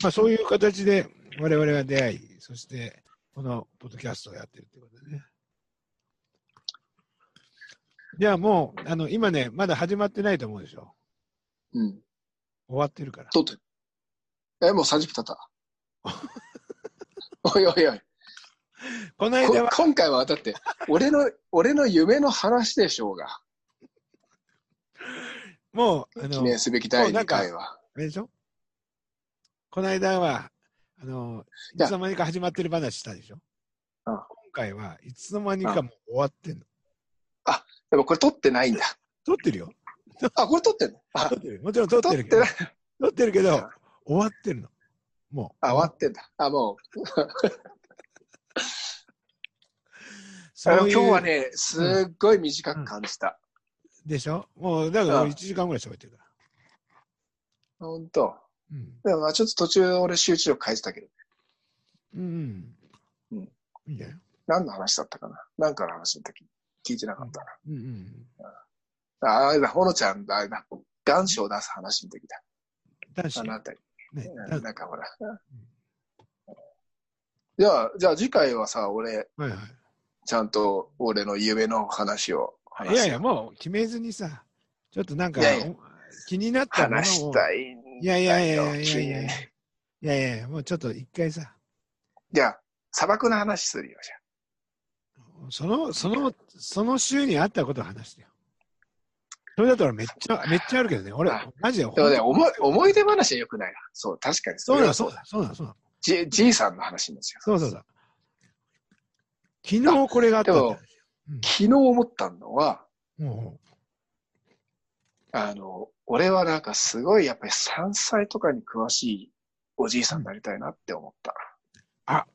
Speaker 2: まあそういう形で我々は出会い、そしてこのポッドキャストをやってるってことでね。じゃあもう、あの、今ね、まだ始まってないと思うでしょ。
Speaker 1: うん。
Speaker 2: 終わってるから。
Speaker 1: 撮って。え、もう30分経った。
Speaker 2: [LAUGHS]
Speaker 1: おいおいおい。
Speaker 2: この間
Speaker 1: こ
Speaker 2: は、
Speaker 1: 今回はだって、俺の、俺の夢の話でしょうが。
Speaker 2: もう、
Speaker 1: 記
Speaker 2: あの、
Speaker 1: 念すべき第2回は。
Speaker 2: あれでしょこの間は、あの、い
Speaker 1: じゃあ
Speaker 2: つの間にか始まってる話したでしょ
Speaker 1: うん
Speaker 2: 今回はいつの間にかもう終わってんの。
Speaker 1: でもこれ撮ってないん
Speaker 2: [LAUGHS]
Speaker 1: だ。
Speaker 2: 撮ってるよ。
Speaker 1: あ、これ撮ってんのあ
Speaker 2: 撮ってるよもちろん撮っ
Speaker 1: 撮
Speaker 2: て
Speaker 1: っ
Speaker 2: るけ
Speaker 1: て
Speaker 2: ど
Speaker 1: ない。。
Speaker 2: 撮ってるけど、終わってるの。もう。
Speaker 1: あ、終わってんだ。あ、もう。
Speaker 2: そういう
Speaker 1: あの今日は。ね、すっごい短く感じた。
Speaker 2: でしょもう、だから
Speaker 1: うん
Speaker 2: 1時間ぐらい喋ってるから。
Speaker 1: ほんと。
Speaker 2: うん。
Speaker 1: でもまあちょっと途中俺集中力変えてたけど、
Speaker 2: うん。
Speaker 1: うん
Speaker 2: いいんじゃない
Speaker 1: 何の話だったかな何かの話の時聞いてなかったな。
Speaker 2: うんうん。
Speaker 1: ああれだ、ほのちゃんだ、あれだ、願書を出す話の時だ。
Speaker 2: 男子
Speaker 1: あ。のあたり。
Speaker 2: ね、
Speaker 1: う
Speaker 2: だ
Speaker 1: んなんかほら。じゃあ、じゃあ次回はさ、俺、
Speaker 2: はいは
Speaker 1: ちゃんと俺の夢の話を話
Speaker 2: い。いやいや、もう決めずにさ、ちょっとなんか、
Speaker 1: いやいや
Speaker 2: お気になったものを。
Speaker 1: 話したいんだよ。
Speaker 2: いやいやいやいやいやいやい
Speaker 1: 君
Speaker 2: や。いやいやいや、もうちょっと一回さ、
Speaker 1: じゃあ、砂漠の話するよ、じゃあ。
Speaker 2: その、その、その週にあったことを話してよ。それだったらめっちゃ、めっちゃあるけどね。俺
Speaker 1: あ、
Speaker 2: マジで。
Speaker 1: でもね、思い思い出話はよくないな。そう、確かに
Speaker 2: そうだ、
Speaker 1: だ
Speaker 2: そうだ、そうだ、そうだ。
Speaker 1: じじいさんの話なんですよ。
Speaker 2: そうそうそう。昨日これがあったって話
Speaker 1: 昨日思ったのは、
Speaker 2: うんも
Speaker 1: あの、俺はなんかすごいやっぱり山菜とかに詳しいおじいさんになりたいなって思った。
Speaker 2: うんあ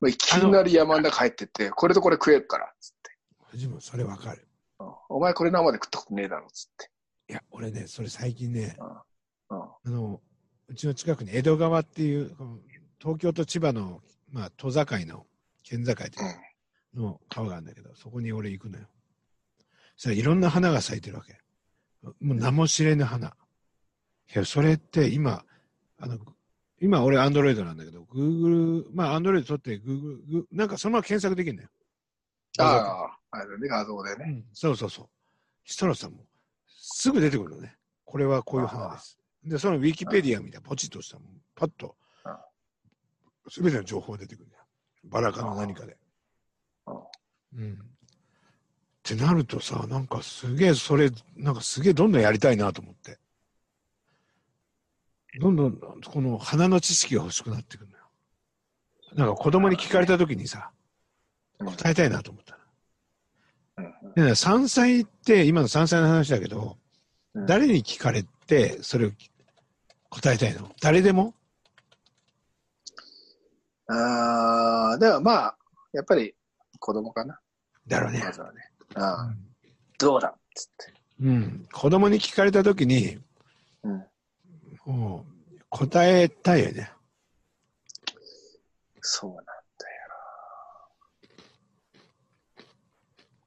Speaker 1: もういきなり山の中入ってって、これとこれ食えるから、つって。
Speaker 2: う、自分それわかる。
Speaker 1: うんお前これ生で食ったことねえだろ、つって。
Speaker 2: いや、俺ね、それ最近ね、
Speaker 1: うん。
Speaker 2: あの、うちの近くに江戸川っていう、この東京と千葉の、まあ、都境の県境で、の川があるんだけど、そこに俺行くのよ。そしたらいろんな花が咲いてるわけ。もう名も知れぬ花。いや、それって今、あの、今俺アンドロイドなんだけど、Google、まあアンドロイド取って Google、Google なんかそのまま検索できるのよ。
Speaker 1: ああ、あれだね、画像で
Speaker 2: う
Speaker 1: ね。
Speaker 2: んそうそうそう。設楽さんも、すぐ出てくるのね。これはこういう花です。で、そのウィキペディアみたいな、ポチッとしたもん、パッと
Speaker 1: あ、
Speaker 2: すべての情報が出てくるんだよ。バラ科の何かで
Speaker 1: ああ。
Speaker 2: うん。ってなるとさ、なんかすげえ、それ、なんかすげえどんどんやりたいなと思って。どんどん、この花の知識が欲しくなってくるのよ。なんか子供に聞かれた時にさ、
Speaker 1: うん
Speaker 2: 答えたいなと思った。
Speaker 1: うん
Speaker 2: でね山菜って、今の山菜の話だけど、
Speaker 1: うん
Speaker 2: 誰に聞かれて、それを答えたいの誰でも
Speaker 1: ああ、だからまあ、やっぱり子供かな、
Speaker 2: だろうね
Speaker 1: ま。ずはね。ああ、どうだっつって。
Speaker 2: うん。子供に聞かれたときに、
Speaker 1: うん
Speaker 2: もう答えたいよね。
Speaker 1: そうなんだよ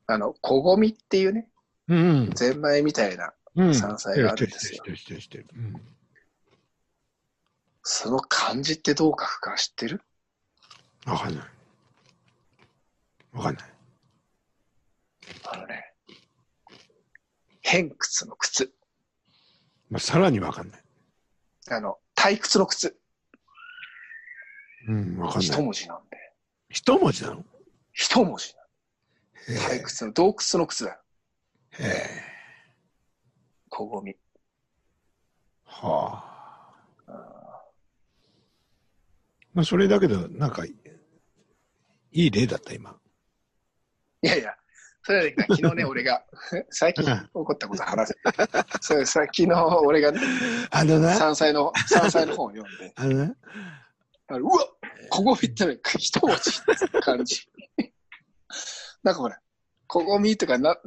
Speaker 1: な。あの、こごみっていうね、
Speaker 2: うん
Speaker 1: ゼンマイみたいな、
Speaker 2: うん。うん。
Speaker 1: 山菜があるんですよ
Speaker 2: 知ってる知ってる知ってる知ってる。うん
Speaker 1: その漢字ってどう書くか知ってる
Speaker 2: わかんない。わかんない。
Speaker 1: あのね、偏屈の靴。
Speaker 2: まあ、さらにわかんない。
Speaker 1: あの、退屈の靴。
Speaker 2: うん、わかんな
Speaker 1: 一
Speaker 2: い。
Speaker 1: 文字なんで。
Speaker 2: 一文字なの
Speaker 1: 一文字
Speaker 2: へ
Speaker 1: なんで。退
Speaker 2: え
Speaker 1: 屈の、洞窟の靴だよ。
Speaker 2: へえ。
Speaker 1: こごみ。
Speaker 2: はあ。まあ、それだけど、なんか、いい例だった、今。
Speaker 1: いやいや、それはね、昨日
Speaker 2: [LAUGHS]
Speaker 1: ね、俺が、 [LAUGHS] 最近起こったこと話せ。それさ、昨日俺がね、
Speaker 2: あのな、
Speaker 1: 山菜の、山菜の本を読んで。
Speaker 2: あのな、
Speaker 1: あのうわここ見たら一文字って感じ。 [LAUGHS] なんかほら、ここ見とかな、こ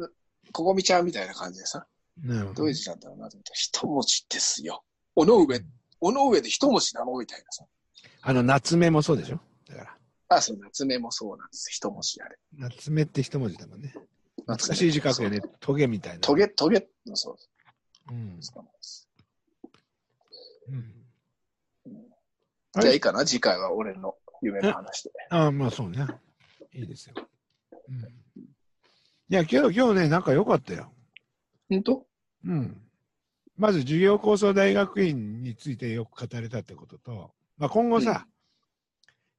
Speaker 1: こ見ちゃうみたいな感じでさ、
Speaker 2: な
Speaker 1: どういう字なんだろうなと思ったら、一文字ですよ。尾の上、尾の上で一文字なのみたいなさ。
Speaker 2: あの、夏目もそうでしょだから、
Speaker 1: あ、そう、夏目もそうなんです。一文字あれ。
Speaker 2: 夏目って一文字だもんね。懐かしい字書くよね。トゲみたいな。
Speaker 1: トゲ、トゲ、そう
Speaker 2: うん。
Speaker 1: そうです。
Speaker 2: うん、はい
Speaker 1: じゃあいいかな、次回は俺の夢の話で。
Speaker 2: ああ、まあそうね。いいですよ。うん、いや、今日、今日ね、なんか良かったよ。
Speaker 1: 本当
Speaker 2: うん。まず、授業構想大学院についてよく語れたってことと、まあ、今後さ、
Speaker 1: うん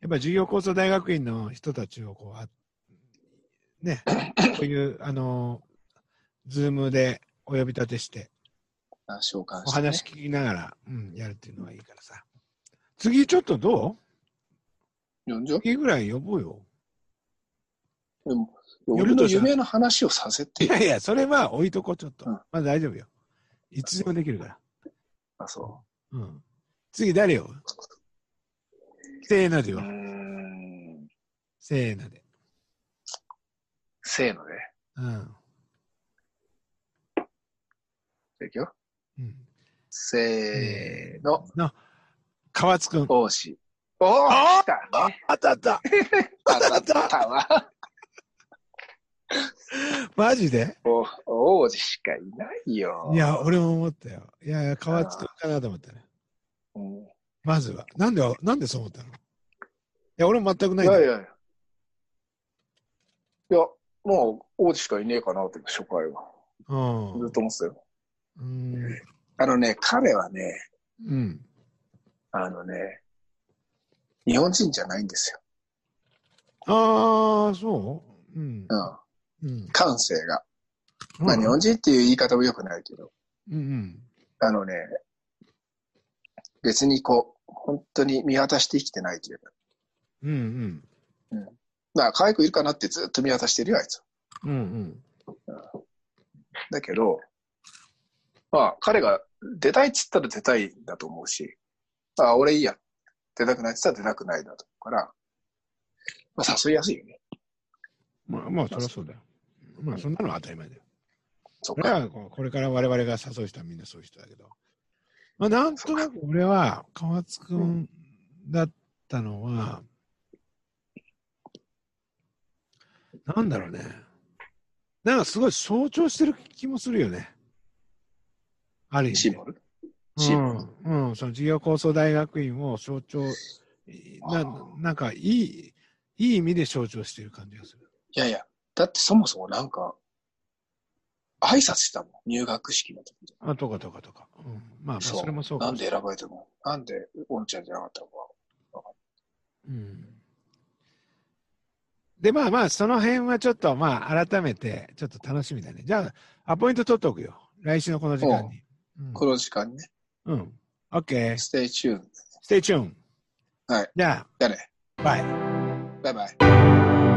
Speaker 2: やっぱ授業構想大学院の人たちをこう、あ
Speaker 1: [COUGHS]
Speaker 2: ね、こういう、あの、ズームでお呼び立てして、
Speaker 1: あ召喚して、ね。
Speaker 2: お話聞きながら、うん、やるっていうのはいいからさ。次、ちょっとど
Speaker 1: 呼んじゃ
Speaker 2: う次ぐらい呼ぼうよ。
Speaker 1: うでも
Speaker 2: 呼ぶと
Speaker 1: 俺の夢の話をさせて
Speaker 2: い
Speaker 1: よ
Speaker 2: やいや、それは置いとこう、ちょっと。
Speaker 1: うん
Speaker 2: まあ大丈夫よ。いつでもできるから。
Speaker 1: あそ
Speaker 2: うん。次、誰よせーので
Speaker 1: う。うー
Speaker 2: よ。
Speaker 1: ん。
Speaker 2: せーので。
Speaker 1: せーので。
Speaker 2: うん。
Speaker 1: じゃあいくよ。
Speaker 2: うん、
Speaker 1: せーの。
Speaker 2: の、河津くん。
Speaker 1: 帽子。おお来たね。
Speaker 2: あったあった。
Speaker 1: 当たったわ。
Speaker 2: マジで
Speaker 1: お王子しかいないよ。
Speaker 2: いや、俺も思ったよ。いやいや、河津くんかなと思ったね。
Speaker 1: うん。
Speaker 2: まずは。なんで、なんでそう思ったのいや、俺も全くない
Speaker 1: い
Speaker 2: んだ
Speaker 1: やい
Speaker 2: よ。
Speaker 1: やいや。いや、もう王子しかいねえかなって、初回は。
Speaker 2: うん。
Speaker 1: ず
Speaker 2: う
Speaker 1: っと思ってたよ。
Speaker 2: ん。
Speaker 1: あのね、彼はね、
Speaker 2: うん。
Speaker 1: あのね、日本人じゃないんですよ。
Speaker 2: ああ、そううん。
Speaker 1: うん。
Speaker 2: うん。
Speaker 1: 感性が。まあ、日本人っていう言い方も良くないけど、
Speaker 2: うんうん。
Speaker 1: あのね、別にこう、本当に見渡して生きてないというか。
Speaker 2: うんうん。
Speaker 1: まあ、可愛くいるかなってずっと見渡してるよ、あいつ。
Speaker 2: うんうん。
Speaker 1: だけど、まあ、彼が出たいっつったら出たいんだと思うし、あ、俺いいや。出たくないっつったら出たくないだと思うから、まあ、誘いやすいよね。
Speaker 2: まあ、まあ、そりゃそうだよ。まあ、そんなのは当たり前だよ。
Speaker 1: そう
Speaker 2: それ
Speaker 1: か。
Speaker 2: はこうこれから我々が誘う人はみんなそういう人だけど。まあ、なんとなく俺は、河津くんだったのは、なんだろうね。なんかすごい象徴してる気もするよね。ある意
Speaker 1: シ
Speaker 2: 味
Speaker 1: ン
Speaker 2: ね、
Speaker 1: ボルシンボル。
Speaker 2: うん、うん、その事業構想大学院を象徴、いな
Speaker 1: あー
Speaker 2: なんかいい、いい意味で象徴してる感じがする。
Speaker 1: いやいや、だってそもそもなんか、挨拶したもん、入学式の時に。
Speaker 2: あ、とかとかとか。うん、まあ、まあ
Speaker 1: そう
Speaker 2: それもそうか
Speaker 1: な
Speaker 2: も
Speaker 1: ん
Speaker 2: し
Speaker 1: で
Speaker 2: れ
Speaker 1: 選ばれたのなんで、おんちゃんじゃなかったのか。
Speaker 2: うんで、まあまあ、その辺はちょっと、まあ、改めて、ちょっと楽しみだね。じゃあ、アポイント取っておくよ。来週のこの時間に。うん
Speaker 1: この時間にね、
Speaker 2: うん。OK。
Speaker 1: ステイチューン。
Speaker 2: Stay tuned.
Speaker 1: はい。
Speaker 2: じゃ
Speaker 1: じゃあね、
Speaker 2: あ、バイ。
Speaker 1: バイバイ。